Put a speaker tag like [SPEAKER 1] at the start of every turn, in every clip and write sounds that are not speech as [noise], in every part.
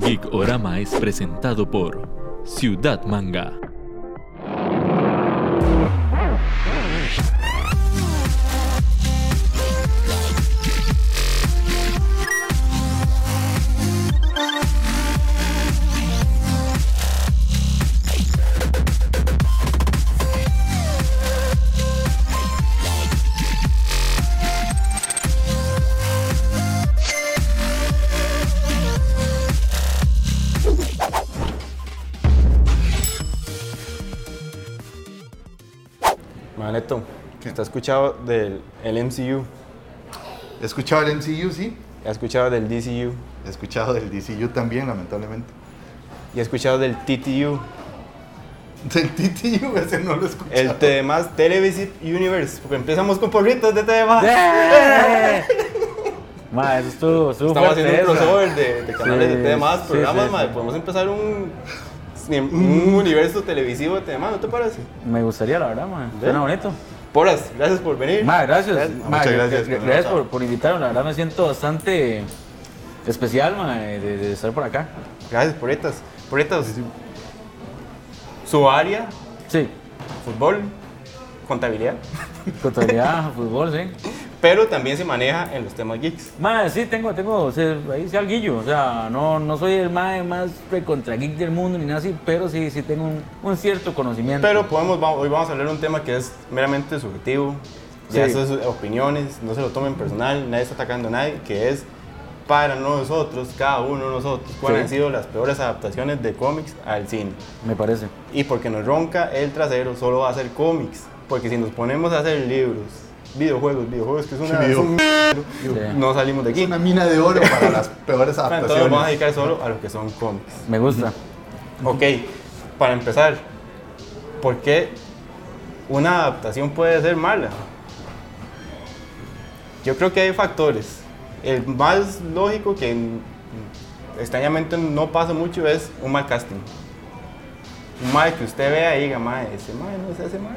[SPEAKER 1] Geekorama es presentado por Ciudad Manga.
[SPEAKER 2] Maneto,
[SPEAKER 3] ¿Qué?
[SPEAKER 2] ¿usted ha escuchado del el MCU?
[SPEAKER 3] He escuchado el MCU, sí.
[SPEAKER 2] ¿Ha escuchado del DCU?
[SPEAKER 3] He escuchado del DCU también, lamentablemente. [laughs]
[SPEAKER 2] ¿Y ha escuchado del TTU?
[SPEAKER 3] Del TTU, ese no lo he escuchado.
[SPEAKER 2] El TDMAS Televisive Universe, porque empezamos con porritos de TDMAS.
[SPEAKER 4] [laughs] Ma, eso estuvo, estuvo
[SPEAKER 2] Estamos
[SPEAKER 4] fuerte
[SPEAKER 2] haciendo un
[SPEAKER 4] eso.
[SPEAKER 2] crossover de, de canales
[SPEAKER 4] Sí,
[SPEAKER 2] de TDMAS,
[SPEAKER 4] sí,
[SPEAKER 2] programas,
[SPEAKER 4] sí,
[SPEAKER 2] madre.
[SPEAKER 4] sí.
[SPEAKER 2] Podemos empezar un, un universo televisivo de TDMAS, ¿no te parece?
[SPEAKER 4] Me gustaría, la verdad, ma.
[SPEAKER 2] ¿Ve?
[SPEAKER 4] Suena bonito.
[SPEAKER 2] Poras, gracias por venir.
[SPEAKER 4] Ma, gracias. Ma,
[SPEAKER 3] Muchas
[SPEAKER 4] gra-
[SPEAKER 3] gracias,
[SPEAKER 4] gra-
[SPEAKER 3] ma.
[SPEAKER 4] gracias por, por invitarme. La verdad me siento bastante especial, ma, de, de estar por acá.
[SPEAKER 2] Gracias, Poretas. Poretas, su área,
[SPEAKER 4] Sí.
[SPEAKER 2] fútbol, contabilidad, [laughs]
[SPEAKER 4] Contabilidad, [laughs] fútbol, sí.
[SPEAKER 2] pero también se maneja en los temas geeks.
[SPEAKER 4] Ma, sí, tengo, tengo, o sea, ahí sí alguillo. O sea, no, no soy el ma más recontra geek del mundo ni nada así, pero sí, sí tengo un, un cierto conocimiento.
[SPEAKER 2] Pero podemos, va- hoy vamos a hablar de un tema que es meramente subjetivo, ya
[SPEAKER 4] Sí.
[SPEAKER 2] son sus opiniones, no se lo tomen personal, nadie está atacando a nadie, que es para nosotros, cada uno de nosotros, cuáles
[SPEAKER 4] Sí.
[SPEAKER 2] han sido las peores adaptaciones de cómics al cine.
[SPEAKER 4] Me parece.
[SPEAKER 2] Y porque nos ronca el trasero, solo va a hacer cómics, porque si nos ponemos a hacer libros, videojuegos, videojuegos, que es una...
[SPEAKER 3] Sí,
[SPEAKER 2] es un
[SPEAKER 4] Sí.
[SPEAKER 2] no salimos de aquí.
[SPEAKER 3] Una mina de oro para
[SPEAKER 4] [laughs]
[SPEAKER 3] las
[SPEAKER 2] Entonces nos
[SPEAKER 3] peores
[SPEAKER 2] vamos a
[SPEAKER 3] adaptaciones.
[SPEAKER 2] dedicar solo a lo que son cómics.
[SPEAKER 4] Me gusta.
[SPEAKER 2] Ok, para empezar, ¿por qué una adaptación puede ser mala? Yo creo que hay factores. El más lógico que mm, extrañamente no pasa mucho es un mal casting. Un mal que usted vea y diga, mae, ese mae no es ese mae.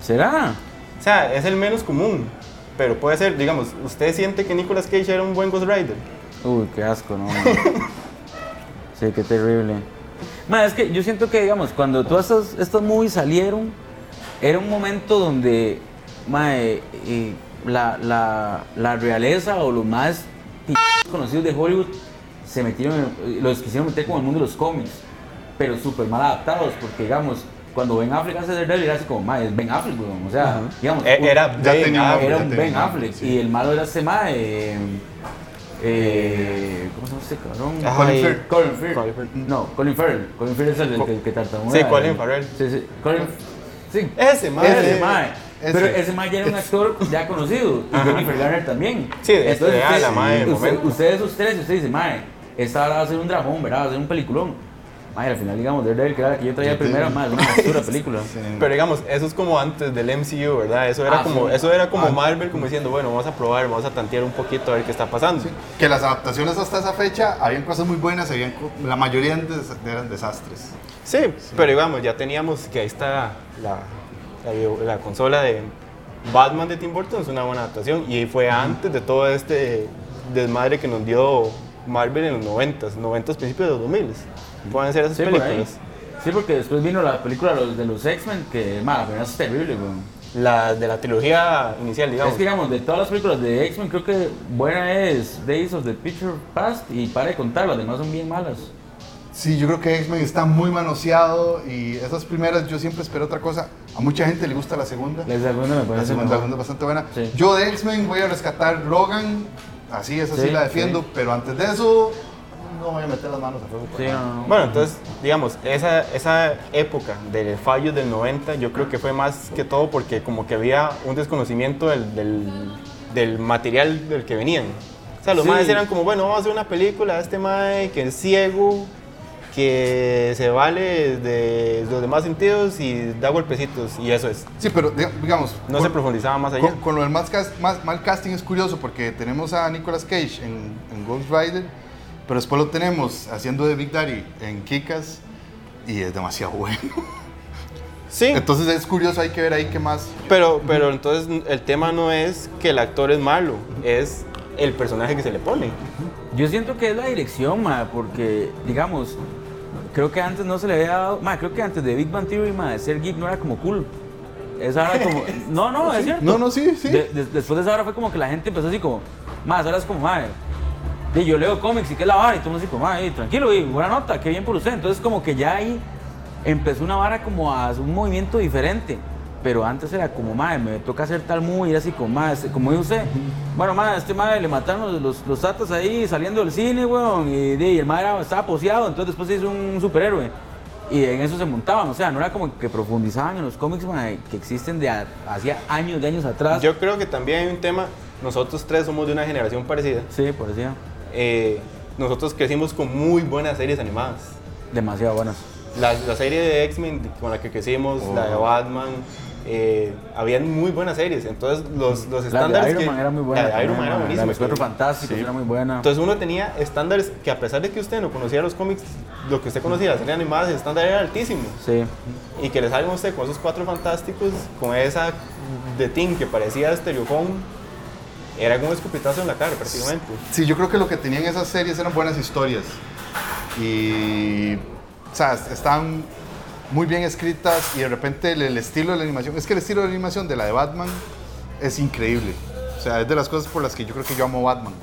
[SPEAKER 4] ¿Será?
[SPEAKER 2] O sea, es el menos común, pero puede ser, digamos, usted siente que Nicolas Cage era un buen Ghost Rider.
[SPEAKER 4] Uy, qué asco, no. sí, qué terrible. Ma, es que yo siento que, digamos, cuando todas estas, estas movies salieron, era un momento donde, ma, eh, eh, la, la, la realeza o los más p- conocidos de Hollywood se metieron, en- eh, los quisieron meter como el mundo de los cómics, pero súper mal adaptados, porque, digamos, cuando Ben Affleck hace The Devil, era así como, ma, es Ben Affleck, weón", o sea, digamos,
[SPEAKER 2] Eh,
[SPEAKER 4] un-
[SPEAKER 2] Era
[SPEAKER 3] Ya
[SPEAKER 2] Ben
[SPEAKER 3] tenía
[SPEAKER 2] Affleck.
[SPEAKER 4] Ah, era
[SPEAKER 3] Ah, ya
[SPEAKER 4] un
[SPEAKER 3] tenía
[SPEAKER 4] Ben
[SPEAKER 3] nombre,
[SPEAKER 4] Affleck
[SPEAKER 3] sí.
[SPEAKER 4] y el malo era ese ma eh, eh, ¿cómo se llama ese cabrón?
[SPEAKER 2] Ah,
[SPEAKER 3] Colin
[SPEAKER 2] Ay,
[SPEAKER 3] Firth.
[SPEAKER 4] Colin Firth.
[SPEAKER 2] Colin Firth.
[SPEAKER 4] No, Colin Farrell. Colin Farrell es el, el que, el que tartamudea.
[SPEAKER 2] Sí, Colin
[SPEAKER 4] Eh,
[SPEAKER 2] Farrell.
[SPEAKER 4] Sí, sí. Colin, sí.
[SPEAKER 2] Ese mae.
[SPEAKER 4] Ese mae.
[SPEAKER 3] ese.
[SPEAKER 4] Pero ese mae ya era un actor ya conocido. Y Jennifer Garner también.
[SPEAKER 2] Sí, de estrear la mae del
[SPEAKER 4] usted-
[SPEAKER 2] momento.
[SPEAKER 4] Ustedes, esos tres, usted dice, mae, esta hora va a ser un dramón, ¿verdad? Va a ser un peliculón. Mae, al final, digamos, Daredevil, que era la que yo traía
[SPEAKER 3] Yo te-
[SPEAKER 4] primero, mae, es una
[SPEAKER 3] [laughs]
[SPEAKER 4] basura película.
[SPEAKER 3] Sí.
[SPEAKER 2] Pero digamos, eso es como antes del MCU, ¿verdad? Eso era
[SPEAKER 4] Ah,
[SPEAKER 2] como,
[SPEAKER 4] sí.
[SPEAKER 2] eso era como
[SPEAKER 3] Ah.
[SPEAKER 2] Marvel como diciendo, bueno, vamos a probar, vamos a tantear un poquito a ver qué está pasando.
[SPEAKER 3] Que las adaptaciones hasta esa fecha habían cosas muy buenas, habían co- la mayoría eran, des- eran desastres.
[SPEAKER 2] Sí, pero digamos, ya teníamos que ahí está la, la video- la consola de Batman de Tim Burton, es una buena adaptación y fue antes de todo este desmadre que nos dio Marvel en los 90s, 90s principios de los 2000 Pueden ser esas
[SPEAKER 4] Sí, por ahí.
[SPEAKER 2] películas.
[SPEAKER 4] Sí, porque después vino la película de los, de los X-Men, que, mae, la primera es terrible, weón.
[SPEAKER 2] La de la trilogía inicial, digamos.
[SPEAKER 4] Es que digamos, de todas las películas de X-Men, creo que buena es Days of the Future Past y para de contar, las demás son bien malas.
[SPEAKER 3] Sí, yo creo que X-Men está muy manoseado y esas primeras yo siempre espero otra cosa. A mucha gente le gusta la segunda.
[SPEAKER 4] La segunda me
[SPEAKER 3] La
[SPEAKER 4] parece
[SPEAKER 3] segunda, la
[SPEAKER 4] mejor.
[SPEAKER 3] segunda es bastante buena.
[SPEAKER 4] Pues, Sí.
[SPEAKER 3] Yo de X-Men voy a rescatar Logan, así, esa sí,
[SPEAKER 4] Sí,
[SPEAKER 3] la defiendo,
[SPEAKER 4] sí.
[SPEAKER 3] pero antes de eso no voy a meter las manos a fuego. por
[SPEAKER 4] Sí,
[SPEAKER 3] nada.
[SPEAKER 4] no, no, no.
[SPEAKER 2] Bueno, entonces, digamos, esa, esa época del fallo del 90, yo creo que fue más que todo porque como que había un desconocimiento del, del, del material del que venían. O sea, los
[SPEAKER 4] Sí.
[SPEAKER 2] maes eran como, bueno, vamos a hacer una película, este mae que es ciego, que se vale de los demás sentidos y da golpecitos, y eso es.
[SPEAKER 3] Sí, pero diga- digamos,
[SPEAKER 2] No se profundizaba más allá.
[SPEAKER 3] con, con lo del más cas- más- mal casting es curioso porque tenemos a Nicolas Cage en, en Ghost Rider, pero después lo tenemos haciendo de Big Daddy en Kikas y es demasiado [laughs] bueno.
[SPEAKER 2] Sí,
[SPEAKER 3] Entonces es curioso, hay que ver ahí qué más.
[SPEAKER 2] pero, pero entonces el tema no es que el actor es malo, es el personaje que se le pone.
[SPEAKER 4] Yo siento que es la dirección, ma, porque, digamos, creo que antes no se le había dado. Ma, creo que antes de Big Bang Theory, ma, ser geek no era como cool. Esa ahora
[SPEAKER 2] [laughs]
[SPEAKER 4] como. No, no, es cierto.
[SPEAKER 3] No, no, sí, sí.
[SPEAKER 4] De- de- después de esa hora fue como que la gente empezó así como. Más ahora es como, ma, de yo leo cómics y qué es la vara. Y todo el mundo así como, ma, eh, tranquilo, y buena nota, qué bien por usted. Entonces, como que ya ahí empezó una vara como a un movimiento diferente. Pero antes era como, madre, me toca hacer tal move, ir así como, madre, como dice usted, bueno, madre, este madre le mataron los, los, los tatas ahí saliendo del cine, weón, y, de- y el madre estaba poseado, entonces después se hizo un superhéroe. Y en eso se montaban, o sea, no era como que profundizaban en los cómics, mae, que existen de a- hacía años, de años atrás.
[SPEAKER 2] Yo creo que también hay un tema, nosotros tres somos de una generación parecida.
[SPEAKER 4] Sí, parecía
[SPEAKER 2] Eh, nosotros crecimos con muy buenas series animadas.
[SPEAKER 4] demasiado buenas.
[SPEAKER 2] La, la serie de X-Men con la que crecimos,
[SPEAKER 3] Oh.
[SPEAKER 2] la de Batman, eh, habían muy buenas series. Entonces, los, los
[SPEAKER 4] Mm. La de
[SPEAKER 2] estándares.
[SPEAKER 4] Iron
[SPEAKER 2] que-
[SPEAKER 4] Man era muy buena.
[SPEAKER 2] La de Iron Man era
[SPEAKER 4] también, mae,
[SPEAKER 2] buenísima.
[SPEAKER 4] La de los Cuatro Fantásticos
[SPEAKER 3] Sí.
[SPEAKER 4] era muy buena.
[SPEAKER 2] Entonces, uno tenía estándares que, a pesar de que usted no conocía los cómics, lo que usted conocía, las series animadas, el estándar era altísimo.
[SPEAKER 4] Sí.
[SPEAKER 2] Y que le salga a usted con esos cuatro fantásticos, con esa de Tim que parecía estereofón, era como un escupitazo en la cara prácticamente.
[SPEAKER 3] Sí, yo creo que lo que tenían esas series eran buenas historias. Y. O sea, estaban muy bien escritas y de repente el, el estilo de la animación. Es que el estilo de la animación de la de Batman es increíble. O sea, es de las cosas por las que yo creo que yo amo Batman.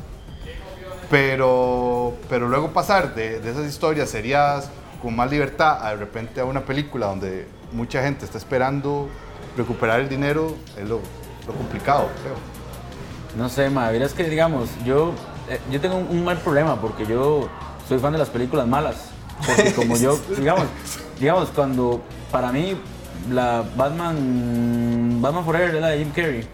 [SPEAKER 3] Pero, pero luego pasar de, de esas historias seriadas con más libertad a de repente a una película donde mucha gente está esperando recuperar el dinero es lo, lo complicado, creo.
[SPEAKER 4] No sé, ma, verás que digamos, yo, eh, yo tengo un, un mal problema porque yo soy fan de las películas malas. Porque
[SPEAKER 2] [laughs]
[SPEAKER 4] como yo, digamos, digamos, cuando para mí la Batman, Batman Forever es la de Jim Carrey.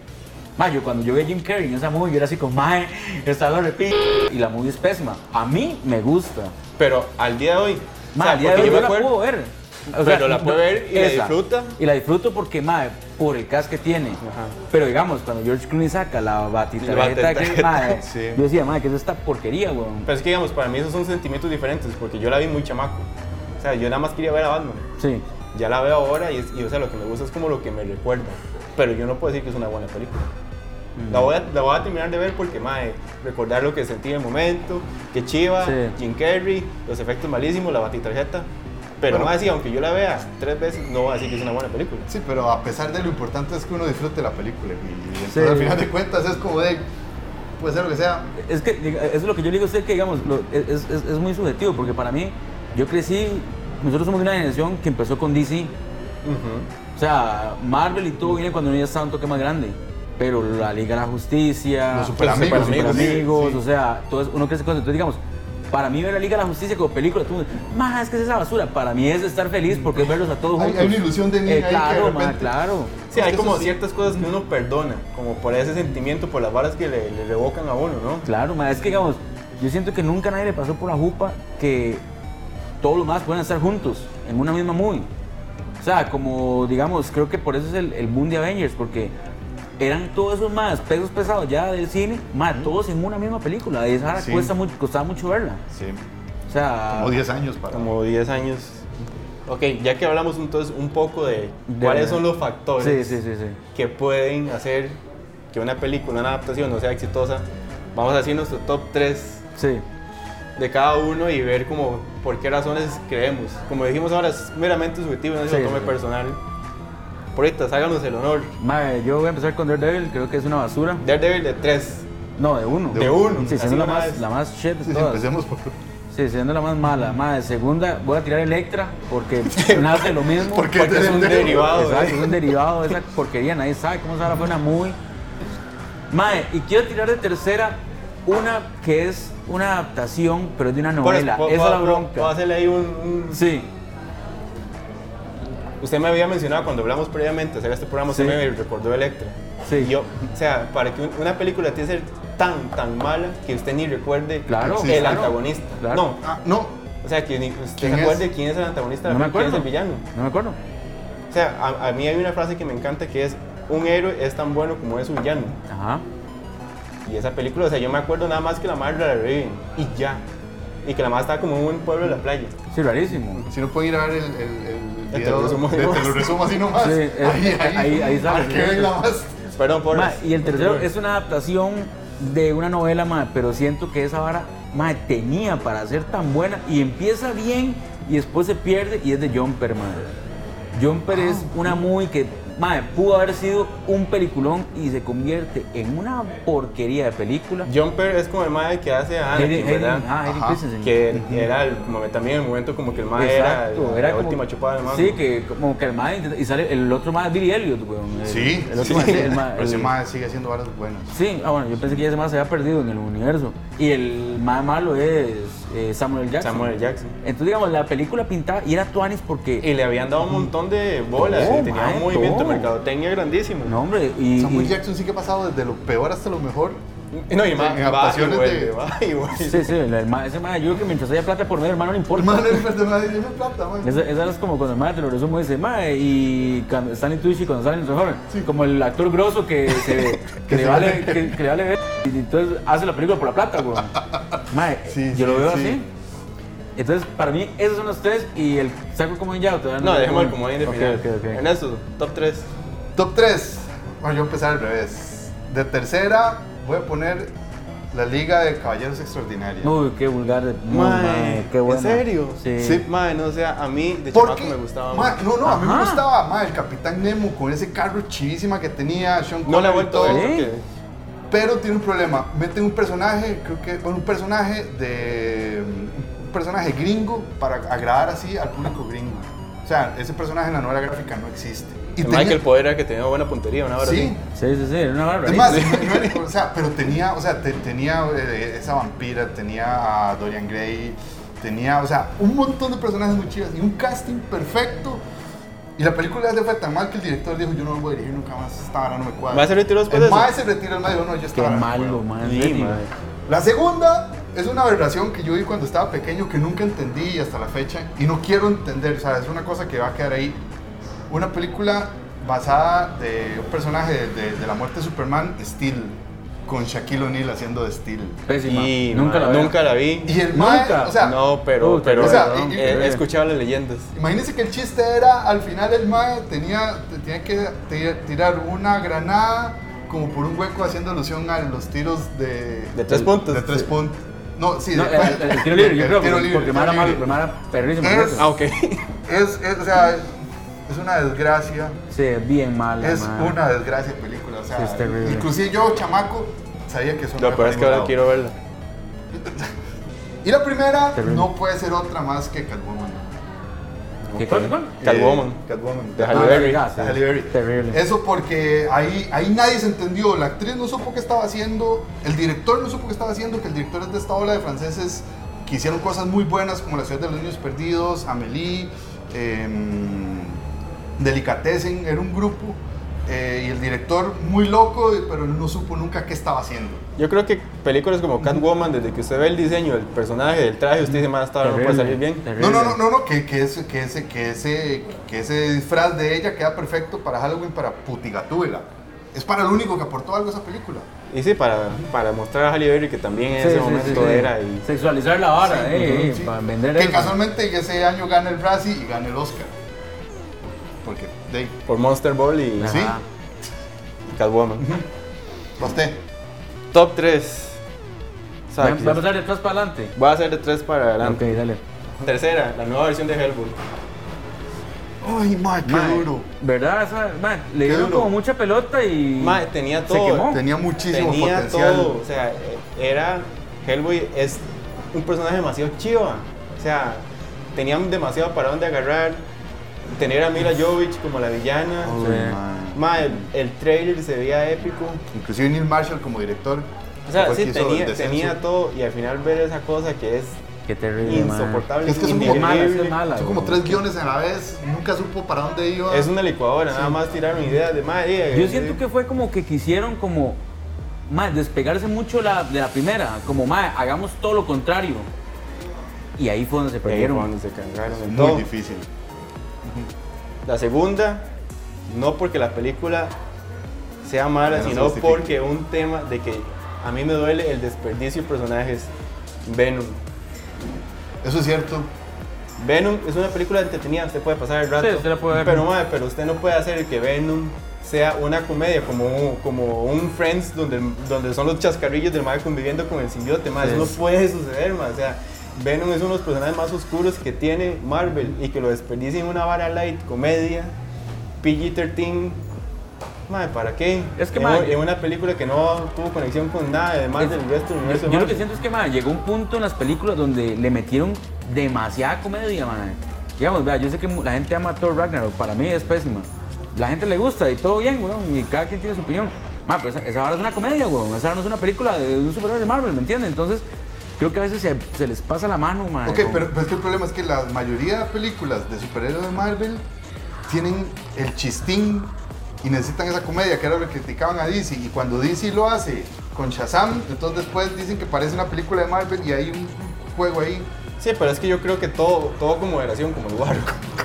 [SPEAKER 4] Ma, yo cuando yo vi a Jim Carrey en esa movie, yo era así como, mae, esta lo repito. Y la movie es pésima. A mí me gusta.
[SPEAKER 2] Pero al día de hoy. o
[SPEAKER 4] Ma,
[SPEAKER 2] sea,
[SPEAKER 4] al día de
[SPEAKER 2] porque
[SPEAKER 4] hoy
[SPEAKER 2] yo
[SPEAKER 4] yo
[SPEAKER 2] me
[SPEAKER 4] la ¿eh?
[SPEAKER 2] acuerdo-
[SPEAKER 4] puedo ver.
[SPEAKER 2] Pero la puede ver y la disfruta.
[SPEAKER 4] Y la disfruto porque, mae, por el cast que tiene.
[SPEAKER 2] Ajá.
[SPEAKER 4] Pero digamos, cuando George Clooney saca la batita
[SPEAKER 2] La
[SPEAKER 4] que,
[SPEAKER 2] batitarjeta, [laughs]
[SPEAKER 4] mae,
[SPEAKER 3] sí.
[SPEAKER 4] yo decía, mae, que es esta porquería, weón.
[SPEAKER 2] Pero es que digamos, para mí esos son sentimientos diferentes, porque yo la vi muy chamaco. O sea, yo nada más quería ver a Batman.
[SPEAKER 4] Sí.
[SPEAKER 2] Ya la veo ahora y, es- y, o sea, lo que me gusta es como lo que me recuerda. Pero yo no puedo decir que es una buena película. La, voy a, la voy a terminar de ver porque, mae, recordar lo que sentí en el momento, que chiva,
[SPEAKER 4] Sí.
[SPEAKER 2] Jim Carrey, los efectos malísimos, la batitarjeta. Pero
[SPEAKER 3] Bueno.
[SPEAKER 2] no así, aunque yo la vea tres veces, no voy a decir que es una buena película.
[SPEAKER 3] Sí, pero a pesar de lo importante es que uno disfrute la película. Y, y entonces,
[SPEAKER 4] Sí.
[SPEAKER 3] al final de cuentas es como de. Puede ser lo que sea.
[SPEAKER 4] Es que diga, eso es lo que yo le digo a usted, que digamos, lo- es, es- es muy subjetivo, porque para mí, yo crecí, nosotros somos de una generación que empezó con DC. O sea, Marvel y todo viene cuando uno ya está un toque más grande. Pero la Liga de la Justicia,
[SPEAKER 3] Los superamigos,
[SPEAKER 4] los superamigos,
[SPEAKER 3] sí, sí.
[SPEAKER 4] o sea, todo eso, uno crece con eso. Entonces, digamos, para mí ver la Liga de la Justicia como película, tú, más es que es esa basura. Para mí es estar feliz porque es verlos a todos
[SPEAKER 3] Hay-
[SPEAKER 4] juntos. Eh,
[SPEAKER 3] hay una ilusión de niño ahí que de
[SPEAKER 4] Claro, ma,
[SPEAKER 3] repente-
[SPEAKER 4] claro.
[SPEAKER 2] Sí,
[SPEAKER 3] Es
[SPEAKER 2] hay
[SPEAKER 3] que
[SPEAKER 2] como
[SPEAKER 3] eso sí.
[SPEAKER 2] ciertas cosas que uno perdona, como por ese sentimiento, por las balas que le, le revocan a uno, ¿no?
[SPEAKER 4] Claro, ma, es que digamos, yo siento que nunca a nadie le pasó por la jupa que todos los más pueden estar juntos en una misma movie. O sea, como digamos, creo que por eso es el, el boom de Avengers, porque eran todos esos más pesos pesados ya del cine, más todos en una misma película. Y esa
[SPEAKER 3] Sí.
[SPEAKER 4] cuesta mucho, costaba mucho verla.
[SPEAKER 3] Sí.
[SPEAKER 4] O sea,
[SPEAKER 3] Como 10 años para.
[SPEAKER 2] Ah, Como 10 años. Ok, ya que hablamos entonces un poco de,
[SPEAKER 4] De-
[SPEAKER 2] cuáles son los factores
[SPEAKER 4] sí, sí, sí, sí.
[SPEAKER 2] que pueden hacer que una película, una adaptación no sea exitosa, vamos a decir nuestro top 3
[SPEAKER 4] Sí.
[SPEAKER 2] de cada uno y ver como por qué razones creemos. Como dijimos ahora, es meramente subjetivo, no se
[SPEAKER 4] Sí,
[SPEAKER 2] lo tome
[SPEAKER 4] sí, sí.
[SPEAKER 2] personal. Por ahorita, háganos el honor.
[SPEAKER 4] Ma, yo voy a empezar con Daredevil, creo que es una basura.
[SPEAKER 2] Daredevil de 3.
[SPEAKER 4] No, de uno.
[SPEAKER 2] De uno,
[SPEAKER 4] Sí,
[SPEAKER 2] así
[SPEAKER 4] siendo la
[SPEAKER 2] una
[SPEAKER 4] más,
[SPEAKER 2] vez.
[SPEAKER 4] la más shit de
[SPEAKER 3] Sí, pues sí,
[SPEAKER 4] todas.
[SPEAKER 3] empecemos por.
[SPEAKER 4] Sí, siendo la más mala. Madre, segunda, voy a tirar Electra porque nace lo mismo.
[SPEAKER 3] Porque
[SPEAKER 2] Porque es un
[SPEAKER 3] de- de-
[SPEAKER 2] derivado.
[SPEAKER 4] Exacto,
[SPEAKER 2] ¿eh?
[SPEAKER 4] es un derivado de esa porquería. Nadie sabe cómo se ahora fue una muy. Madre, y quiero tirar de tercera una que es una adaptación, pero es de una
[SPEAKER 2] Por-
[SPEAKER 4] novela.
[SPEAKER 2] puedo-
[SPEAKER 4] Esa es la
[SPEAKER 2] puedo- Puedo
[SPEAKER 4] bronca.
[SPEAKER 2] hacerle ahí un- un,
[SPEAKER 4] Sí,
[SPEAKER 2] Usted me había mencionado cuando hablamos previamente acerca de este programa,
[SPEAKER 4] Sí.
[SPEAKER 2] usted me recordó Electra.
[SPEAKER 4] Sí.
[SPEAKER 2] Y Yo, o sea, para que un- una película tiene que ser tan, tan mala que usted ni recuerde
[SPEAKER 4] Claro,
[SPEAKER 2] el
[SPEAKER 3] sí, claro,
[SPEAKER 2] antagonista.
[SPEAKER 4] claro.
[SPEAKER 2] No,
[SPEAKER 3] Ah, no.
[SPEAKER 2] o sea, que ni pues, usted
[SPEAKER 3] ¿Quién
[SPEAKER 2] se
[SPEAKER 3] es?
[SPEAKER 2] acuerde quién es el antagonista,
[SPEAKER 4] no me
[SPEAKER 2] quién
[SPEAKER 4] acuerdo.
[SPEAKER 2] es el villano.
[SPEAKER 4] No me acuerdo.
[SPEAKER 2] O sea, a, a mí hay una frase que me encanta que es, un héroe es tan bueno como es su villano.
[SPEAKER 4] Ajá.
[SPEAKER 2] Y esa película, o sea, yo me acuerdo nada más que la madre la reviven y ya. Y que la madre estaba como en un pueblo de la playa.
[SPEAKER 4] Sí, rarísimo.
[SPEAKER 3] Si no pueden ir a ver el, el, el
[SPEAKER 2] Te lo
[SPEAKER 3] video,
[SPEAKER 2] resumo
[SPEAKER 3] de-
[SPEAKER 2] así
[SPEAKER 3] te
[SPEAKER 2] nomás.
[SPEAKER 3] lo resumo así nomás. [laughs]
[SPEAKER 4] Sí, es- ahí- ahí sale.
[SPEAKER 3] Para que vean la más.
[SPEAKER 2] Perdón, por
[SPEAKER 4] Ma, y el tercero es una adaptación de una novela, ma, pero siento que esa vara mae, tenía para ser tan buena y empieza bien y después se pierde y es de Jumper, mae. Jumper es
[SPEAKER 2] Ah.
[SPEAKER 4] una movie que mae, pudo haber sido un peliculón y se convierte en una porquería de película.
[SPEAKER 2] Jumper es como el mae que hace a Anakin,
[SPEAKER 4] Hayden- Hayden-
[SPEAKER 2] ¿verdad?
[SPEAKER 4] ah, Hayden
[SPEAKER 3] Ajá.
[SPEAKER 4] Christensen.
[SPEAKER 2] Que era el momen- también el momento como que el mae era,
[SPEAKER 4] Exacto,
[SPEAKER 2] la
[SPEAKER 4] era como-
[SPEAKER 2] última chupada del mae.
[SPEAKER 4] Sí, que como que el mae intenta- y sale el otro más Billy Elliot, weón. El-
[SPEAKER 3] Sí,
[SPEAKER 4] el otro
[SPEAKER 3] sí.
[SPEAKER 4] mae, sí, el
[SPEAKER 2] [laughs]
[SPEAKER 4] mae-
[SPEAKER 3] Pero ese
[SPEAKER 4] el-
[SPEAKER 3] mae sigue haciendo varas buenas.
[SPEAKER 4] Sí, ah, bueno, yo pensé que ese más se había perdido en el universo. Y el más malo es eh, Samuel Jackson.
[SPEAKER 2] Samuel Jackson.
[SPEAKER 4] Entonces, digamos, la película pintaba y era Tuanis porque.
[SPEAKER 2] Y le habían dado un montón de bolas,
[SPEAKER 4] Todo,
[SPEAKER 2] y tenía
[SPEAKER 4] mae,
[SPEAKER 2] un movimiento
[SPEAKER 4] todo.
[SPEAKER 2] de mercadotecnia grandísimo.
[SPEAKER 4] No, hombre, y.
[SPEAKER 3] Samuel
[SPEAKER 4] y-
[SPEAKER 3] Jackson sí que ha pasado desde lo peor hasta lo mejor.
[SPEAKER 2] No, y
[SPEAKER 3] En
[SPEAKER 2] mae, va y
[SPEAKER 3] adaptaciones
[SPEAKER 2] vuelve,
[SPEAKER 3] de-
[SPEAKER 2] va y vuelve.
[SPEAKER 4] Sí, sí, el, el ma- ese mae, yo creo que mientras haya plata por medio, hermano, no importa.
[SPEAKER 3] Hermano, el personaje tiene plata, man.
[SPEAKER 4] Esa, esa es como cuando el mae te lo resumo y dice, mae, y cuando están en Twitch y cuando salen los mejores. Como el actor grosso que,
[SPEAKER 3] [laughs]
[SPEAKER 4] se, que,
[SPEAKER 3] Que
[SPEAKER 4] le
[SPEAKER 3] se
[SPEAKER 4] vale,
[SPEAKER 3] vale.
[SPEAKER 4] que, que le vale ver. Y entonces hace la película por la plata, güey. Mae,
[SPEAKER 3] Sí,
[SPEAKER 4] yo lo
[SPEAKER 3] sí,
[SPEAKER 4] veo
[SPEAKER 3] sí.
[SPEAKER 4] así. Entonces, para mí, esos son los tres y el saco como en ya. o todavía
[SPEAKER 2] No, dejemos el
[SPEAKER 4] Ok,
[SPEAKER 2] comodín de
[SPEAKER 4] ok,
[SPEAKER 2] final.
[SPEAKER 4] ok, ok.
[SPEAKER 2] En eso, top 3.
[SPEAKER 3] Top 3. Bueno, yo voy a empezar al revés. De tercera voy a poner la Liga de Caballeros Extraordinarios.
[SPEAKER 4] Uy, qué vulgar. de- No, mae, qué bueno.
[SPEAKER 2] ¿En serio?
[SPEAKER 4] Sí.
[SPEAKER 3] Sí.
[SPEAKER 2] Mae, no, o sea, a mí de chamaco
[SPEAKER 3] Porque,
[SPEAKER 2] me gustaba
[SPEAKER 3] ma,
[SPEAKER 2] mucho.
[SPEAKER 3] no, no, a mí
[SPEAKER 4] Ajá.
[SPEAKER 3] me gustaba ma, el Capitán Nemo con ese carro chivísima que tenía Sean
[SPEAKER 2] No la he
[SPEAKER 3] Connery y
[SPEAKER 2] vuelto a
[SPEAKER 3] todo.
[SPEAKER 2] ver
[SPEAKER 4] ¿Sí?
[SPEAKER 2] porque-
[SPEAKER 3] Pero tiene un problema. Meten un personaje, creo que, bueno, un personaje de. Un personaje gringo para agradar así al público gringo. O sea, ese personaje en la novela gráfica no existe. Y
[SPEAKER 2] El mae que
[SPEAKER 3] tenía-
[SPEAKER 2] el poder era que tenía buena puntería, una hora.
[SPEAKER 3] Sí.
[SPEAKER 4] Sí, sí, sí, era una barbaridad.
[SPEAKER 3] Es más,
[SPEAKER 2] [laughs]
[SPEAKER 3] no- no- o sea, pero tenía, o sea, te- tenía eh, esa vampira, tenía a Dorian Gray, tenía, o sea, un montón de personajes muy chivas y un casting perfecto. Y la película se fue tan mal que el director dijo, yo no lo voy a dirigir nunca más, esta vara no me cuadra.
[SPEAKER 2] ¿Mae se retiró después
[SPEAKER 3] El
[SPEAKER 2] de eso?
[SPEAKER 3] mae se retiró, el mae dijo, no, yo
[SPEAKER 4] Qué
[SPEAKER 3] estaba
[SPEAKER 4] malo, mae. en
[SPEAKER 2] Sí,
[SPEAKER 4] serio.
[SPEAKER 2] mae.
[SPEAKER 3] La segunda es una aberración que yo vi cuando estaba pequeño que nunca entendí y hasta la fecha y no quiero entender, o sea, es una cosa que va a quedar ahí. Una película basada de un personaje de, de- de la muerte de Superman, Steel, con Shaquille O'Neal haciendo de Steel.
[SPEAKER 4] Pésima.
[SPEAKER 2] Y,
[SPEAKER 4] nunca
[SPEAKER 2] mae,
[SPEAKER 4] la veo.
[SPEAKER 2] nunca la vi.
[SPEAKER 3] Y el mae,
[SPEAKER 4] Nunca.
[SPEAKER 3] o sea,
[SPEAKER 2] no, pero,
[SPEAKER 4] Puta,
[SPEAKER 2] pero
[SPEAKER 3] o sea,
[SPEAKER 2] eh,
[SPEAKER 3] y-
[SPEAKER 2] he,
[SPEAKER 4] y-
[SPEAKER 2] escuchado las leyendas.
[SPEAKER 3] imagínense que el chiste era, al final el mae tenía, tenía que tir- tirar una granada como por un hueco haciendo alusión a los tiros de...
[SPEAKER 2] De tres puntos.
[SPEAKER 3] De tres puntos. No, sí,
[SPEAKER 4] No,
[SPEAKER 3] de-
[SPEAKER 4] el, el- el tiro libre, yo
[SPEAKER 3] el
[SPEAKER 4] creo.
[SPEAKER 3] tiro
[SPEAKER 4] porque-
[SPEAKER 3] libre,
[SPEAKER 4] porque
[SPEAKER 3] el
[SPEAKER 4] me
[SPEAKER 3] tiro
[SPEAKER 4] era malo,
[SPEAKER 3] libre.
[SPEAKER 4] me era perrísimo.
[SPEAKER 3] Es-
[SPEAKER 4] creo.
[SPEAKER 2] Ah,
[SPEAKER 3] [laughs]
[SPEAKER 2] ok.
[SPEAKER 3] Es, es, o sea, es una desgracia.
[SPEAKER 4] Sí, bien mala.
[SPEAKER 3] es
[SPEAKER 4] mae.
[SPEAKER 3] una desgracia de película. O
[SPEAKER 4] Sí,
[SPEAKER 3] sea,
[SPEAKER 4] es terrible.
[SPEAKER 3] inclusive yo, chamaco, sabía que eso
[SPEAKER 2] Lo
[SPEAKER 3] iba
[SPEAKER 2] peor
[SPEAKER 3] para
[SPEAKER 2] es que
[SPEAKER 3] ningún
[SPEAKER 2] ahora
[SPEAKER 3] lado.
[SPEAKER 2] quiero verla.
[SPEAKER 3] Y la primera
[SPEAKER 4] Terrible.
[SPEAKER 3] no puede ser otra más que Catwoman. Eh,
[SPEAKER 4] ¿Qué cuál, cuál?
[SPEAKER 2] Catwoman.
[SPEAKER 3] Catwoman.
[SPEAKER 2] De
[SPEAKER 3] De
[SPEAKER 2] Halle
[SPEAKER 4] No,
[SPEAKER 2] Berry.
[SPEAKER 4] no digas,
[SPEAKER 3] de Halle Berry.
[SPEAKER 4] Ah, Terrible.
[SPEAKER 3] Eso porque ahí, ahí nadie se entendió. La actriz no supo qué estaba haciendo. El director no supo qué estaba haciendo. Que el director es de esta ola de franceses que hicieron cosas muy buenas como La ciudad de los niños perdidos, Amélie, em, Delicatessen. Era un grupo. eh, y el director muy loco, pero no supo nunca qué estaba haciendo.
[SPEAKER 2] Yo creo que películas como Catwoman, desde que usted ve el diseño del personaje, del traje, usted dice, más esta hora no puede salir bien.
[SPEAKER 4] Terrible.
[SPEAKER 3] No, no, no, no, no, que, que ese, que, ese, que, ese, que ese disfraz de ella queda perfecto para Halloween, para Putigatúbela. Es para lo único que aportó algo a esa película.
[SPEAKER 2] Y sí, para, para mostrar a Halle Berry que también en
[SPEAKER 4] Sí,
[SPEAKER 2] ese
[SPEAKER 4] sí,
[SPEAKER 2] momento
[SPEAKER 4] sí, sí.
[SPEAKER 2] era. Y,
[SPEAKER 4] Sexualizar la vara,
[SPEAKER 3] Sí,
[SPEAKER 4] eh, eh,
[SPEAKER 3] sí.
[SPEAKER 4] para vender
[SPEAKER 3] que
[SPEAKER 4] eso.
[SPEAKER 3] casualmente ese año gana el Razzie y gana el Oscar. Porque, de ahí,
[SPEAKER 2] por Monster Ball y
[SPEAKER 4] Ajá.
[SPEAKER 3] sí.
[SPEAKER 2] Catwoman.
[SPEAKER 3] usted.
[SPEAKER 2] Top 3.
[SPEAKER 4] Va va a pasar de atrás para adelante.
[SPEAKER 2] Voy a hacer de 3 para
[SPEAKER 4] Ok,
[SPEAKER 2] adelante.
[SPEAKER 4] dale.
[SPEAKER 2] Tercera, la nueva versión de Hellboy.
[SPEAKER 3] Ay, ma, qué
[SPEAKER 4] Mae,
[SPEAKER 3] duro.
[SPEAKER 4] ¿Verdad? Esa- mae, le
[SPEAKER 3] Qué
[SPEAKER 4] dieron
[SPEAKER 3] duro.
[SPEAKER 4] como mucha pelota y.
[SPEAKER 2] Mae, tenía
[SPEAKER 4] Se
[SPEAKER 2] todo.
[SPEAKER 4] quemó.
[SPEAKER 3] Tenía muchísimo
[SPEAKER 2] tenía
[SPEAKER 3] potencial.
[SPEAKER 2] todo, o sea, eh, era Hellboy es un personaje demasiado chiva, o sea, tenían demasiado para dónde agarrar, tener a Mila Jovovich como la villana,
[SPEAKER 3] Uy,
[SPEAKER 4] Sí.
[SPEAKER 3] ma.
[SPEAKER 2] Ma, el, el trailer se veía épico,
[SPEAKER 3] Inclusive Neil Marshall como director.
[SPEAKER 2] o sea,
[SPEAKER 3] fue el
[SPEAKER 2] sí
[SPEAKER 3] que hizo
[SPEAKER 2] tenía,
[SPEAKER 3] El Descenso.
[SPEAKER 2] tenía todo y al final ver esa cosa que es
[SPEAKER 4] Qué terrible. mae.
[SPEAKER 2] insoportable,
[SPEAKER 3] Es que es como
[SPEAKER 2] indigerible.
[SPEAKER 4] mala, es mala.
[SPEAKER 3] Son como tres guiones a la vez. Nunca supo para dónde iba.
[SPEAKER 2] es una licuadora, nada más tiraron ideas de ma, eh,
[SPEAKER 4] Yo
[SPEAKER 2] eh,
[SPEAKER 4] siento que fue como que quisieron como más despegarse mucho la- de la primera, como más hagamos todo lo contrario. Y ahí fue donde se
[SPEAKER 2] ahí fue
[SPEAKER 4] perdieron.
[SPEAKER 2] donde eh, se cansaron en
[SPEAKER 3] muy
[SPEAKER 2] todo.
[SPEAKER 3] difícil.
[SPEAKER 2] La segunda, no porque la película sea mala,
[SPEAKER 3] No se
[SPEAKER 2] sino
[SPEAKER 3] justifica.
[SPEAKER 2] porque un tema de que a mí me duele el desperdicio de personajes. Venom.
[SPEAKER 3] Eso es cierto.
[SPEAKER 2] Venom es una película entretenida, usted puede pasar el rato.
[SPEAKER 4] Sí, usted la puede ver.
[SPEAKER 2] Pero, madre, pero usted no puede hacer que Venom sea una comedia, como, como un Friends donde, donde son los chascarrillos del mal conviviendo con el simbiote, más
[SPEAKER 4] Sí.
[SPEAKER 2] eso no puede suceder, más o sea, Venom es uno de los personajes más oscuros que tiene Marvel y que lo desperdicien en una vara light, comedia, PG-13, madre, ¿para qué?
[SPEAKER 4] Es que,
[SPEAKER 2] en,
[SPEAKER 4] mae,
[SPEAKER 2] en una película que no tuvo conexión con nada, además
[SPEAKER 4] Es-
[SPEAKER 2] del resto del
[SPEAKER 4] yo-
[SPEAKER 2] universo de
[SPEAKER 4] Yo, lo que
[SPEAKER 2] Marvel.
[SPEAKER 4] siento es que, mae, llegó un punto en las películas donde le metieron demasiada comedia, mae. Digamos, vea, yo sé que mu- la gente ama a Thor Ragnarok, para mí es pésima. La gente le gusta y todo bien, weón, y cada quien tiene su opinión. Ma, pero esa, esa vara es una comedia, weón, esa vara no es una película de, de un superhéroe de Marvel, ¿me entiendes? Entonces, creo que a veces se, se les pasa la mano, mae.
[SPEAKER 2] Ah,
[SPEAKER 3] Ok,
[SPEAKER 4] con-
[SPEAKER 3] pero, pero es que el problema es que la mayoría de películas de superhéroes de Marvel tienen el chistín y necesitan esa comedia que era lo que criticaban a DC. Y cuando DC lo hace con Shazam, entonces después dicen que parece una película de Marvel y hay un juego ahí.
[SPEAKER 2] Sí, pero es que yo creo que todo, todo con moderación, [laughs] como el guaro.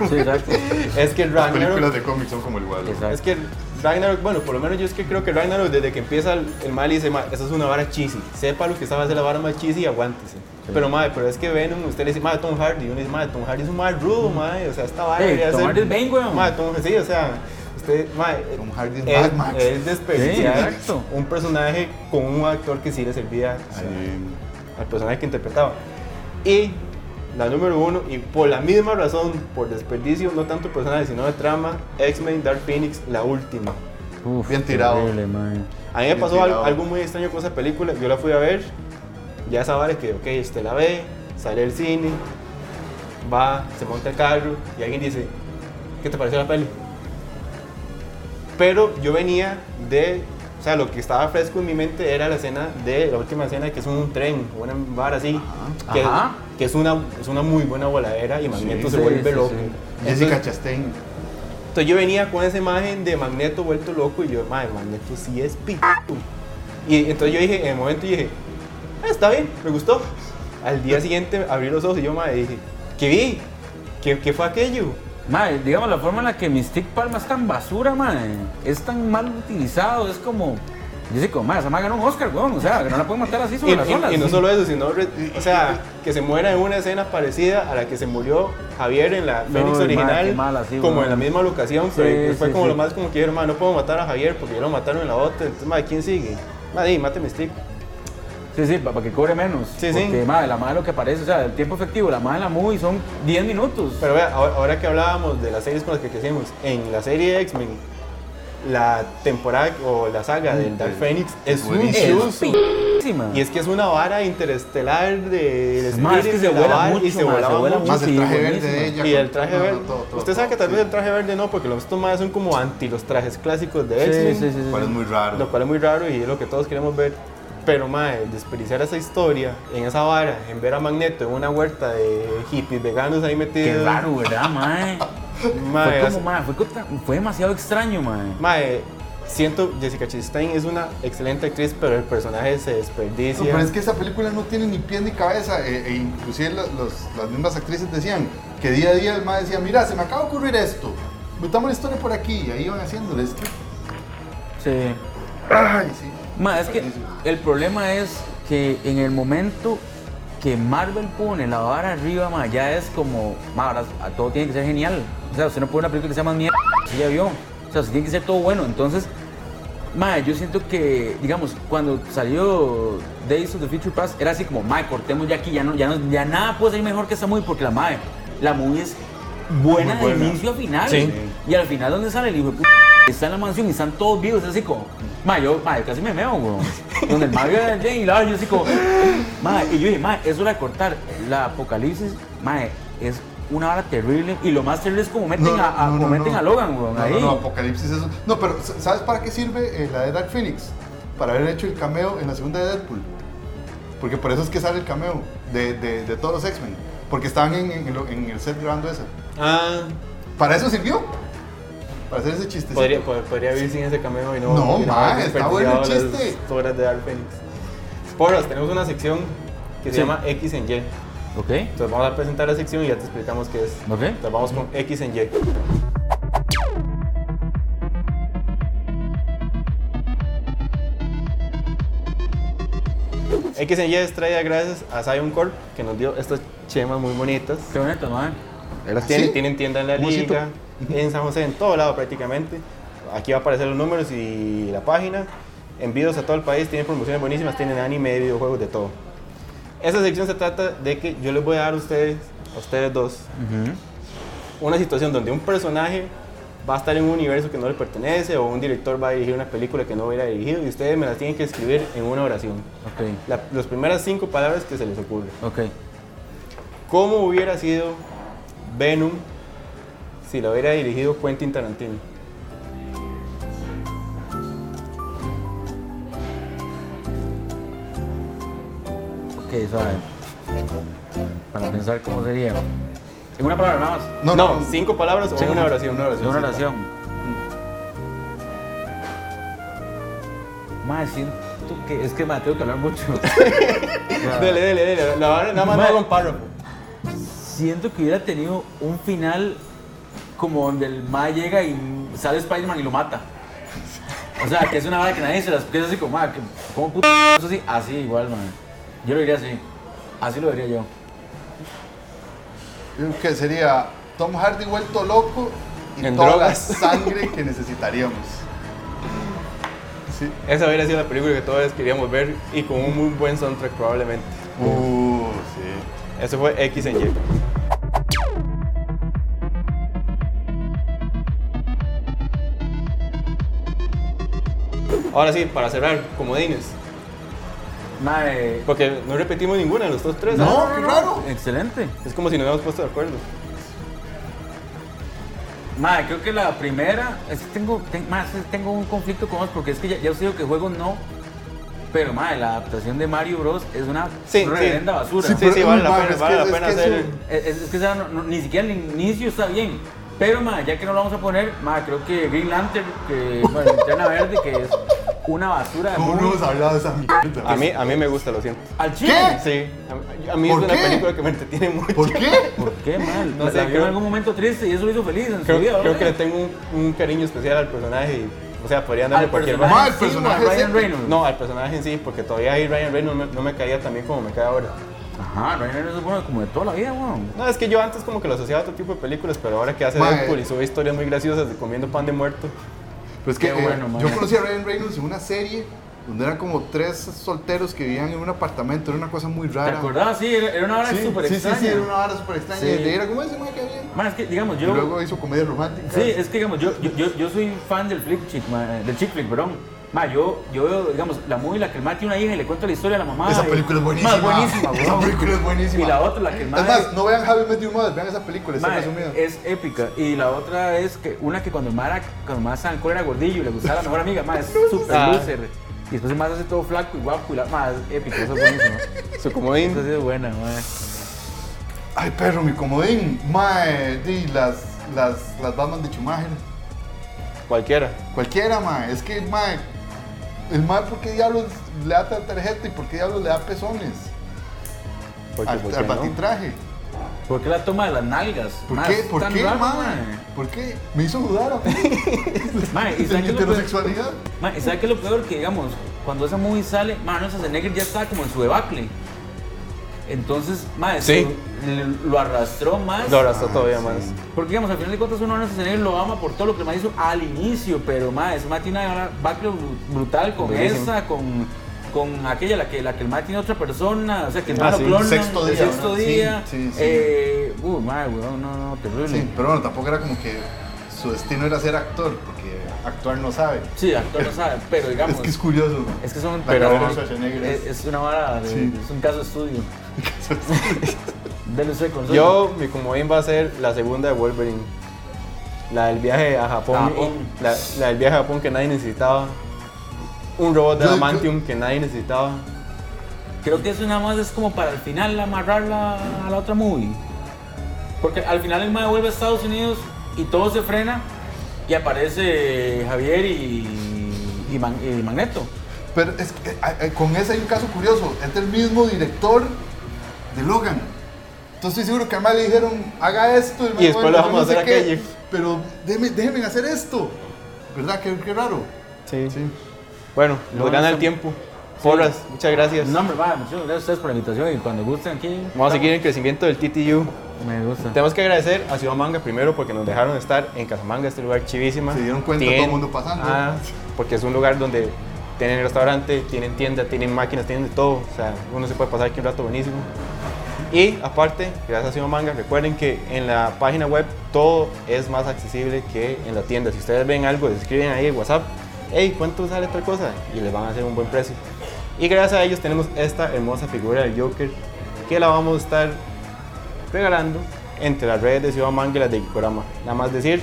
[SPEAKER 4] Sí,
[SPEAKER 3] [laughs]
[SPEAKER 4] exacto.
[SPEAKER 2] [laughs] es que
[SPEAKER 3] Las películas
[SPEAKER 2] Ragnarok,
[SPEAKER 3] de cómics son como el Waldo.
[SPEAKER 4] Exacto.
[SPEAKER 2] es que Ragnarok, bueno, por lo menos yo es que creo que Ragnarok desde que empieza el, el mal dice, "Ma, esa es una vara cheesy, sepa lo que sabe hacer la vara más cheesy y aguántese. Pero madre, pero es que Venom, usted le dice, madre, Tom Hardy, y uno dice, madre, Tom Hardy es un mal rudo, madre, o sea, esta vara
[SPEAKER 4] Mm. Ey,
[SPEAKER 2] debería
[SPEAKER 4] Tom
[SPEAKER 2] ser-
[SPEAKER 4] Hardy es Bane, weón.
[SPEAKER 2] Madre, Tom, sí, o sea, usted, madre,
[SPEAKER 3] Tom Hardy es
[SPEAKER 2] es-
[SPEAKER 3] Mad Max.
[SPEAKER 2] es desperdiciar
[SPEAKER 4] Sí, exacto.
[SPEAKER 2] un personaje con un actor que sí le servía
[SPEAKER 3] Sí.
[SPEAKER 2] al personaje que interpretaba. Y la número uno, y por la misma razón, por desperdicio, no tanto personaje, sino de trama, X-Men Dark Phoenix, la última.
[SPEAKER 4] Uf,
[SPEAKER 3] Bien tirado.
[SPEAKER 4] terrible, mae.
[SPEAKER 2] A mí me
[SPEAKER 3] Bien
[SPEAKER 2] pasó algo,
[SPEAKER 3] tirado.
[SPEAKER 2] algo muy extraño con esa película, yo la fui a ver, ya esa vara que, ok, usted la ve, sale al cine, va, se monta el carro, y alguien dice, ¿qué te pareció la peli? Pero yo venía de, o sea, lo que estaba fresco en mi mente era la escena de, la última escena que es un tren, una vara así, que,
[SPEAKER 4] Ajá.
[SPEAKER 2] que es, una, es una muy buena voladera y Magneto se
[SPEAKER 4] sí,
[SPEAKER 2] vuelve
[SPEAKER 4] sí,
[SPEAKER 2] loco.
[SPEAKER 4] sí.
[SPEAKER 3] Jessica
[SPEAKER 2] Entonces,
[SPEAKER 3] Chastain.
[SPEAKER 2] entonces yo venía con esa imagen de Magneto vuelto loco y yo, madre, Magneto sí es pito. Y entonces yo dije, en el momento dije, "Ah, está bien, me gustó. Al día siguiente abrí los ojos y yo, madre, dije, ¿qué vi? ¿Qué, qué fue aquello?
[SPEAKER 4] Mae, digamos, la forma en la que Mystic Palma es tan basura, mae, es tan mal utilizado, es como. Yo sé, como, mae, esa mae ganó un Oscar, weón, o sea, que no la pueden matar así
[SPEAKER 2] Y,
[SPEAKER 4] sobre las
[SPEAKER 2] y-
[SPEAKER 4] olas.
[SPEAKER 2] y no solo eso, sino, re- o sea, que se muera en una escena parecida a la que se murió Javier en la
[SPEAKER 4] No,
[SPEAKER 2] Fénix
[SPEAKER 4] madre,
[SPEAKER 2] original,
[SPEAKER 4] qué mala, sí,
[SPEAKER 2] como
[SPEAKER 4] bueno.
[SPEAKER 2] en la misma locación, pero
[SPEAKER 4] Sí,
[SPEAKER 2] fue
[SPEAKER 4] sí,
[SPEAKER 2] como
[SPEAKER 4] sí.
[SPEAKER 2] lo más como que, hermano, no puedo matar a Javier porque ya lo mataron en la otra, entonces, madre, ¿quién sigue? Madre, di, máteme, Stick.
[SPEAKER 4] Sí, sí, para que cobre menos.
[SPEAKER 2] Sí, sí.
[SPEAKER 4] porque, mae, la mae lo que aparece, o sea, el tiempo efectivo, la mae en la movie son 10 minutos.
[SPEAKER 2] Pero vea, ahora, ahora que hablábamos de las series con las que crecimos, en la serie de X-Men, la temporada o la saga
[SPEAKER 4] Mm,
[SPEAKER 2] del Dark Phoenix es un
[SPEAKER 3] Buenísimo.
[SPEAKER 4] es
[SPEAKER 2] chuzo.
[SPEAKER 4] p***ísima.
[SPEAKER 2] Y es que es una vara interestelar de
[SPEAKER 4] Es más, es que se vuela mucho,
[SPEAKER 2] y se
[SPEAKER 4] ma, se
[SPEAKER 2] volaba
[SPEAKER 4] vuela
[SPEAKER 2] mucho.
[SPEAKER 3] Más el
[SPEAKER 4] sí,
[SPEAKER 3] traje verde
[SPEAKER 4] buenísimo.
[SPEAKER 3] de ella.
[SPEAKER 2] Y
[SPEAKER 3] con-
[SPEAKER 2] el traje
[SPEAKER 3] no, no,
[SPEAKER 2] verde.
[SPEAKER 3] todo, todo,
[SPEAKER 2] Usted sabe
[SPEAKER 3] todo,
[SPEAKER 2] que tal vez
[SPEAKER 3] sí.
[SPEAKER 2] el traje verde no, porque los estos madres son como anti los trajes clásicos de X-Men.
[SPEAKER 4] Sí, sí, sí, sí, sí.
[SPEAKER 3] Cual es muy raro.
[SPEAKER 2] Lo cual es muy raro y es lo que todos queremos ver. Pero, madre, desperdiciar esa historia en esa vara, en ver a Magneto en una huerta de hippies veganos ahí metidos.
[SPEAKER 4] Qué raro, ¿verdad, mae?
[SPEAKER 2] Mae,
[SPEAKER 4] fue
[SPEAKER 2] hace-
[SPEAKER 4] como, mae, fue, co- fue demasiado extraño, mae.
[SPEAKER 2] Mae, siento Jessica Chastain es una excelente actriz, pero el personaje se
[SPEAKER 3] No,
[SPEAKER 2] desperdicia.
[SPEAKER 3] pero es que esa película no tiene ni pies ni cabeza. e- e inclusive la- los- las mismas actrices decían que día a día el más decía, mira, se me acaba de ocurrir esto. Metamos la historia por aquí. Y ahí iban haciéndole esto.
[SPEAKER 4] Sí.
[SPEAKER 3] Ay, sí.
[SPEAKER 4] Ma, es que el problema es que en el momento que Marvel pone la vara arriba, ma, ya es como, ma, ahora a- todo tiene que ser genial. O sea, usted no puede una película que sea más mierda, que ya vio. O sea, usted tiene que ser todo bueno. Entonces, ma, yo siento que, digamos, cuando salió Days of the Future Past, era así como, ma, cortemos ya aquí, ya no, ya no, ya nada puede ser mejor que esta movie, porque la madre, la movie es buena,
[SPEAKER 3] Muy buena.
[SPEAKER 4] de inicio a final.
[SPEAKER 2] Sí.
[SPEAKER 4] Y al final, ¿dónde sale el hijo de puta? Está en la mansión y están todos vivos, es así como, ma, yo, ma, yo casi me meo, weón. Donde el mago era Jane y la yo así como, ma, y yo dije, ma, eso era cortar la apocalipsis, ma, es una hora terrible. Y lo más terrible es como meten,
[SPEAKER 3] No,
[SPEAKER 4] a, a-
[SPEAKER 3] no, no,
[SPEAKER 4] como meten
[SPEAKER 3] no.
[SPEAKER 4] a Logan, weón,
[SPEAKER 3] No,
[SPEAKER 4] ahí.
[SPEAKER 3] no, no, Apocalipsis eso. No, pero s- ¿sabes para qué sirve eh, la de Dark Phoenix? Para haber hecho el cameo en la segunda de Deadpool. Porque por eso es que sale el cameo de, de- de todos los X-Men. Porque estaban en, en el, en el set grabando esa.
[SPEAKER 2] Ah,
[SPEAKER 3] ¿Para eso sirvió? Para hacer ese chiste.
[SPEAKER 2] podría, po- podría vivir sin ese cameo y no.
[SPEAKER 3] No,
[SPEAKER 2] y no
[SPEAKER 3] mae,
[SPEAKER 2] haber
[SPEAKER 3] está bueno el
[SPEAKER 2] desperdiciado las
[SPEAKER 3] chiste.
[SPEAKER 2] Horas de Dark Phoenix. Porras, tenemos una sección que se
[SPEAKER 4] Sí.
[SPEAKER 2] llama X en Y.
[SPEAKER 4] Ok,
[SPEAKER 2] Entonces vamos a presentar la sección y ya te explicamos qué es.
[SPEAKER 4] ok.
[SPEAKER 2] Entonces vamos con X en Y. X en Y es traída gracias a Zion Corp, que nos dio estas chemas muy bonitas.
[SPEAKER 4] Qué bonito, ma.
[SPEAKER 3] Era
[SPEAKER 2] Tienen, tienen tienda en la
[SPEAKER 3] Musito.
[SPEAKER 2] liga, en San José, en todo lado prácticamente. aquí va a aparecer los números y la página. Envíos a todo el país, tienen promociones buenísimas, tienen anime, videojuegos, de todo. Esa sección se trata de que yo les voy a dar a ustedes, a ustedes dos, una situación donde un personaje va a estar en un universo que no le pertenece o un director va a dirigir una película que no hubiera dirigido y ustedes me la tienen que escribir en una oración.
[SPEAKER 4] Ok,
[SPEAKER 2] La- las primeras cinco palabras que se les ocurren.
[SPEAKER 4] ok.
[SPEAKER 2] ¿Cómo hubiera sido Venom si la hubiera dirigido Quentin Tarantino?
[SPEAKER 4] Ok, suave. Para pensar cómo sería. En una palabra nada más.
[SPEAKER 2] No, cinco palabras o una oración.
[SPEAKER 3] Una oración.
[SPEAKER 4] De una [laughs] oración. Más siento que. Es que, ma, tengo que hablar mucho. O sea,
[SPEAKER 2] Dele, dele, dele. La vara nada más no
[SPEAKER 4] Ma-
[SPEAKER 2] hago un párrafo.
[SPEAKER 4] Siento que hubiera tenido un final como donde el ma llega y sale Spider-Man y lo mata. O sea, que es una vara que nadie se las piensa así como, ma, que- ¿cómo puto eso así? Así igual, man. Yo lo diría así. Así lo diría yo.
[SPEAKER 3] Creo Que sería Tom Hardy vuelto loco y
[SPEAKER 2] En
[SPEAKER 3] toda
[SPEAKER 2] drogas.
[SPEAKER 3] la [laughs] sangre que necesitaríamos. Sí.
[SPEAKER 2] Esa hubiera sido la película que todos queríamos ver y con un muy buen soundtrack probablemente.
[SPEAKER 3] Uh, sí.
[SPEAKER 2] Eso fue X en Y. Ahora sí, para cerrar, comodines.
[SPEAKER 4] Ma, eh,
[SPEAKER 2] Porque no repetimos ninguna de los dos tres. ¿eh?
[SPEAKER 3] No, qué raro.
[SPEAKER 4] Excelente.
[SPEAKER 2] Es como si nos hubiéramos puesto de acuerdo.
[SPEAKER 4] Madre, creo que la primera, es que tengo, ten- ma, es que tengo un conflicto con vos porque es que ya, ya os digo que juego no, pero madre, la adaptación de Mario Bros. es una
[SPEAKER 2] Sí, sí.
[SPEAKER 4] reverenda basura.
[SPEAKER 2] Sí,
[SPEAKER 3] pero-
[SPEAKER 2] sí, vale la
[SPEAKER 3] madre,
[SPEAKER 2] pena,
[SPEAKER 3] es
[SPEAKER 2] vale
[SPEAKER 3] que-
[SPEAKER 2] la
[SPEAKER 3] es
[SPEAKER 2] pena
[SPEAKER 3] que
[SPEAKER 2] hacer.
[SPEAKER 3] eso-
[SPEAKER 4] Eh, Es, es- es que esa no- no- ni siquiera el inicio está bien, pero madre, ya que no lo vamos a poner, madre, creo que Green Lantern, que,
[SPEAKER 2] [laughs]
[SPEAKER 4] bueno, Linterna Verde, que es una basura de
[SPEAKER 3] ¿Cómo no
[SPEAKER 4] movie.
[SPEAKER 3] hemos hablado de esa mierda?
[SPEAKER 2] A mí, a mí me gusta, lo siento.
[SPEAKER 4] Al chile.
[SPEAKER 3] ¿Qué?
[SPEAKER 2] Sí, a- a mí es
[SPEAKER 3] ¿Por
[SPEAKER 2] una
[SPEAKER 3] qué?
[SPEAKER 2] película que me entretiene mucho.
[SPEAKER 3] ¿Por qué?
[SPEAKER 4] ¿Por qué, madre?
[SPEAKER 2] No
[SPEAKER 4] la
[SPEAKER 2] sé,
[SPEAKER 4] la vio
[SPEAKER 2] creo-
[SPEAKER 4] en algún momento triste y eso lo hizo feliz en
[SPEAKER 2] Creo,
[SPEAKER 4] su vida.
[SPEAKER 2] creo
[SPEAKER 4] ¿verdad?
[SPEAKER 2] que le tengo un, un cariño especial al personaje. y, o sea, podrían darle
[SPEAKER 4] al
[SPEAKER 2] cualquier
[SPEAKER 4] personaje,
[SPEAKER 3] Ma, Ah, el
[SPEAKER 4] sí,
[SPEAKER 3] personaje
[SPEAKER 4] ma,
[SPEAKER 3] es
[SPEAKER 4] Ryan
[SPEAKER 3] épico.
[SPEAKER 4] Reynolds.
[SPEAKER 2] No, al personaje en sí, porque todavía ahí Ryan Reynolds no me, no me caía tan bien como me cae ahora.
[SPEAKER 4] Ajá, Ryan Reynolds es bueno como de toda la vida, weón.
[SPEAKER 2] No, es que yo antes como que lo asociaba a otro tipo de películas, pero ahora que hace
[SPEAKER 3] Mae.
[SPEAKER 2] Deadpool y sube historias muy graciosas de comiendo pan de muerto.
[SPEAKER 3] Pues que
[SPEAKER 4] Qué
[SPEAKER 3] eh,
[SPEAKER 4] bueno, man.
[SPEAKER 3] yo conocí a Ryan Reynolds en una serie donde eran como tres solteros que vivían en un apartamento, era una cosa muy
[SPEAKER 4] ¿Te
[SPEAKER 3] rara.
[SPEAKER 4] acordás? Sí, era era una hora
[SPEAKER 3] Sí,
[SPEAKER 4] súper
[SPEAKER 3] sí, sí,
[SPEAKER 4] extraña.
[SPEAKER 3] sí, era una vara súper extraña.
[SPEAKER 4] Sí.
[SPEAKER 3] Y de ahí era como ese, man, que bien.
[SPEAKER 4] Ma, es que, digamos,
[SPEAKER 3] Y
[SPEAKER 4] yo...
[SPEAKER 3] luego hizo comedias románticas.
[SPEAKER 4] Sí, es que, digamos, yo, yo, yo, yo soy fan del flick chick, ma, eh, del chick flick, perdón. Ma, yo, yo veo, digamos, la movie en la que el ma tiene una hija y le cuento la historia a la mamá.
[SPEAKER 3] Esa
[SPEAKER 4] y-
[SPEAKER 3] película es
[SPEAKER 4] ma,
[SPEAKER 3] buenísima.
[SPEAKER 4] buenísima,
[SPEAKER 3] Esa
[SPEAKER 4] weón.
[SPEAKER 3] película es buenísima.
[SPEAKER 4] Y la otra, la que eh, el ma...
[SPEAKER 3] Es más, no vean Javi Met Your Mother, vean esa película, está
[SPEAKER 4] ma,
[SPEAKER 3] resumida.
[SPEAKER 4] es épica. Y la otra es que una que cuando el ma, era, cuando el ma Sancor era gordillo y le gustaba a la mejor amiga, ma, es súper
[SPEAKER 2] Ah.
[SPEAKER 4] loser. Y después el ma se hace todo flaco y guapo y la ma, es épica, eso es buenísimo.
[SPEAKER 2] Su
[SPEAKER 4] Eso ha
[SPEAKER 2] comodín.
[SPEAKER 4] sido buena, ma.
[SPEAKER 3] Ay, perro, mi comodín. Mae, di, las, las, las Batman de Schumacher.
[SPEAKER 2] Cualquiera.
[SPEAKER 3] Cualquiera, mae. Es que, mae, el mae, ¿por qué diablos le da tal tarjeta y por qué diablos le da pezones?
[SPEAKER 2] Porque,
[SPEAKER 3] al,
[SPEAKER 2] ¿por
[SPEAKER 3] al
[SPEAKER 2] qué no?
[SPEAKER 3] patitraje.
[SPEAKER 4] ¿Por qué la toma de las nalgas?
[SPEAKER 3] ¿Por
[SPEAKER 4] Ma,
[SPEAKER 3] qué?
[SPEAKER 4] es
[SPEAKER 3] ¿Por
[SPEAKER 4] tan
[SPEAKER 3] qué,
[SPEAKER 4] raro,
[SPEAKER 3] mae? ¿Por qué? Me hizo dudar a
[SPEAKER 4] [laughs]
[SPEAKER 3] mí. [laughs]
[SPEAKER 4] Ma, ¿y
[SPEAKER 3] de mi
[SPEAKER 4] sabes qué es lo peor?
[SPEAKER 3] heterosexualidad.
[SPEAKER 4] Ma, ¿y ¿Sabes qué es lo peor? Que digamos, cuando esa movie sale, ma, no, Schwarzenegger ya estaba como en su debacle. Entonces, ma, eso
[SPEAKER 2] Sí.
[SPEAKER 4] l- lo arrastró más.
[SPEAKER 2] Lo abrazó todavía
[SPEAKER 3] Ah, sí.
[SPEAKER 2] más.
[SPEAKER 4] Porque digamos, al final de cuentas uno a Arnold Schwarzenegger lo ama por todo lo que el ma hizo al inicio, pero ma, ese ma tiene una debacle bru- brutal con
[SPEAKER 2] Durísimo.
[SPEAKER 4] esa, con, con aquella, la que, la que el ma tiene otra persona, o sea, que el
[SPEAKER 2] Ah,
[SPEAKER 4] ma lo
[SPEAKER 2] sí.
[SPEAKER 4] clonan,
[SPEAKER 3] Sexto
[SPEAKER 4] el
[SPEAKER 3] día,
[SPEAKER 4] sexto
[SPEAKER 3] ¿no? Sí,
[SPEAKER 4] día.
[SPEAKER 3] sí, sí.
[SPEAKER 4] Eh, uh, ma, weón, no, no, terrible.
[SPEAKER 3] Sí, pero bueno, tampoco era como que su destino era ser actor, porque actuar no sabe.
[SPEAKER 4] Sí, actor no sabe, pero
[SPEAKER 3] [laughs]
[SPEAKER 4] digamos.
[SPEAKER 3] Es que es curioso. mae.
[SPEAKER 4] Es que son.
[SPEAKER 3] La
[SPEAKER 4] pero-
[SPEAKER 3] carrera de Schwarzenegger
[SPEAKER 4] es,
[SPEAKER 3] es-
[SPEAKER 4] es una vara. de-
[SPEAKER 3] Sí.
[SPEAKER 4] Es un caso
[SPEAKER 3] [laughs]
[SPEAKER 4] de estudio. Dele usted con
[SPEAKER 2] Yo, mi comodín va a ser la segunda de Wolverine. La del viaje a Japón.
[SPEAKER 4] Japón.
[SPEAKER 2] La, la del viaje a Japón que nadie necesitaba. Un robot de
[SPEAKER 3] Yo- yo-
[SPEAKER 2] Amantium que nadie necesitaba.
[SPEAKER 4] Creo que eso nada más es como para al final amarrarla a la otra movie. Porque al final el mae vuelve a Estados Unidos y todo se frena y aparece Javier y, y, Man- y Magneto.
[SPEAKER 3] Pero es que eh, eh, con ese hay un caso curioso. Es el mismo director de Logan. Entonces estoy seguro que al mal le dijeron, haga esto.
[SPEAKER 2] Y después lo vamos a hacer aquello.
[SPEAKER 3] aquello. Pero déjeme, déjenme hacer esto. ¿Verdad? Qué, qué raro.
[SPEAKER 2] Sí. Bueno, nos
[SPEAKER 4] No,
[SPEAKER 2] gana
[SPEAKER 4] no
[SPEAKER 2] el
[SPEAKER 4] sé.
[SPEAKER 2] tiempo. Porras, muchas gracias.
[SPEAKER 4] No, hombre, va, muchas gracias a ustedes por la invitación y cuando gusten aquí.
[SPEAKER 2] Vamos a seguir el crecimiento del TTU.
[SPEAKER 4] Me gusta.
[SPEAKER 2] Tenemos que agradecer a Ciudad Manga primero porque nos dejaron estar en Casamanga, este lugar chivísima.
[SPEAKER 3] Se dieron cuenta todo el mundo pasando.
[SPEAKER 2] Ah, porque es un lugar donde tienen restaurante, tienen tienda, tienen máquinas, tienen de todo. O sea, uno se puede pasar aquí un rato buenísimo. Y aparte, gracias a Ciudad Manga, recuerden que en la página web todo es más accesible que en la tienda. Si ustedes ven algo, les escriben ahí en WhatsApp, hey, ¿cuánto sale tal cosa? Y les van a hacer un buen precio. Y gracias a ellos tenemos esta hermosa figura del Joker que la vamos a estar regalando entre las redes de Ciudad Manga y las de Gikorama. Nada más decir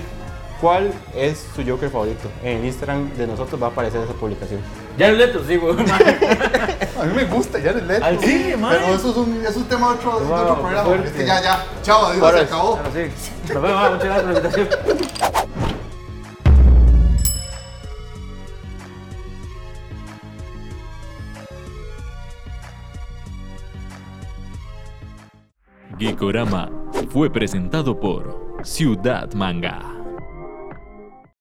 [SPEAKER 2] cuál es su Joker favorito. En el Instagram de nosotros va a aparecer esa publicación.
[SPEAKER 4] Ya el leto, sí, [laughs] güey.
[SPEAKER 3] A mí me gusta, ya les leto.
[SPEAKER 4] Al chile, mae.
[SPEAKER 3] Pero eso es un, es un tema de otro, de
[SPEAKER 4] Wow,
[SPEAKER 3] otro
[SPEAKER 4] qué
[SPEAKER 3] programa.
[SPEAKER 4] fuerte.
[SPEAKER 3] Este ya, ya. Chao, adiós,
[SPEAKER 2] Ahora
[SPEAKER 3] se
[SPEAKER 2] es-
[SPEAKER 3] acabó.
[SPEAKER 4] Claro, sí. Nos vemos, muchas gracias por la invitación.
[SPEAKER 1] Geekorama fue presentado por Ciudad Manga.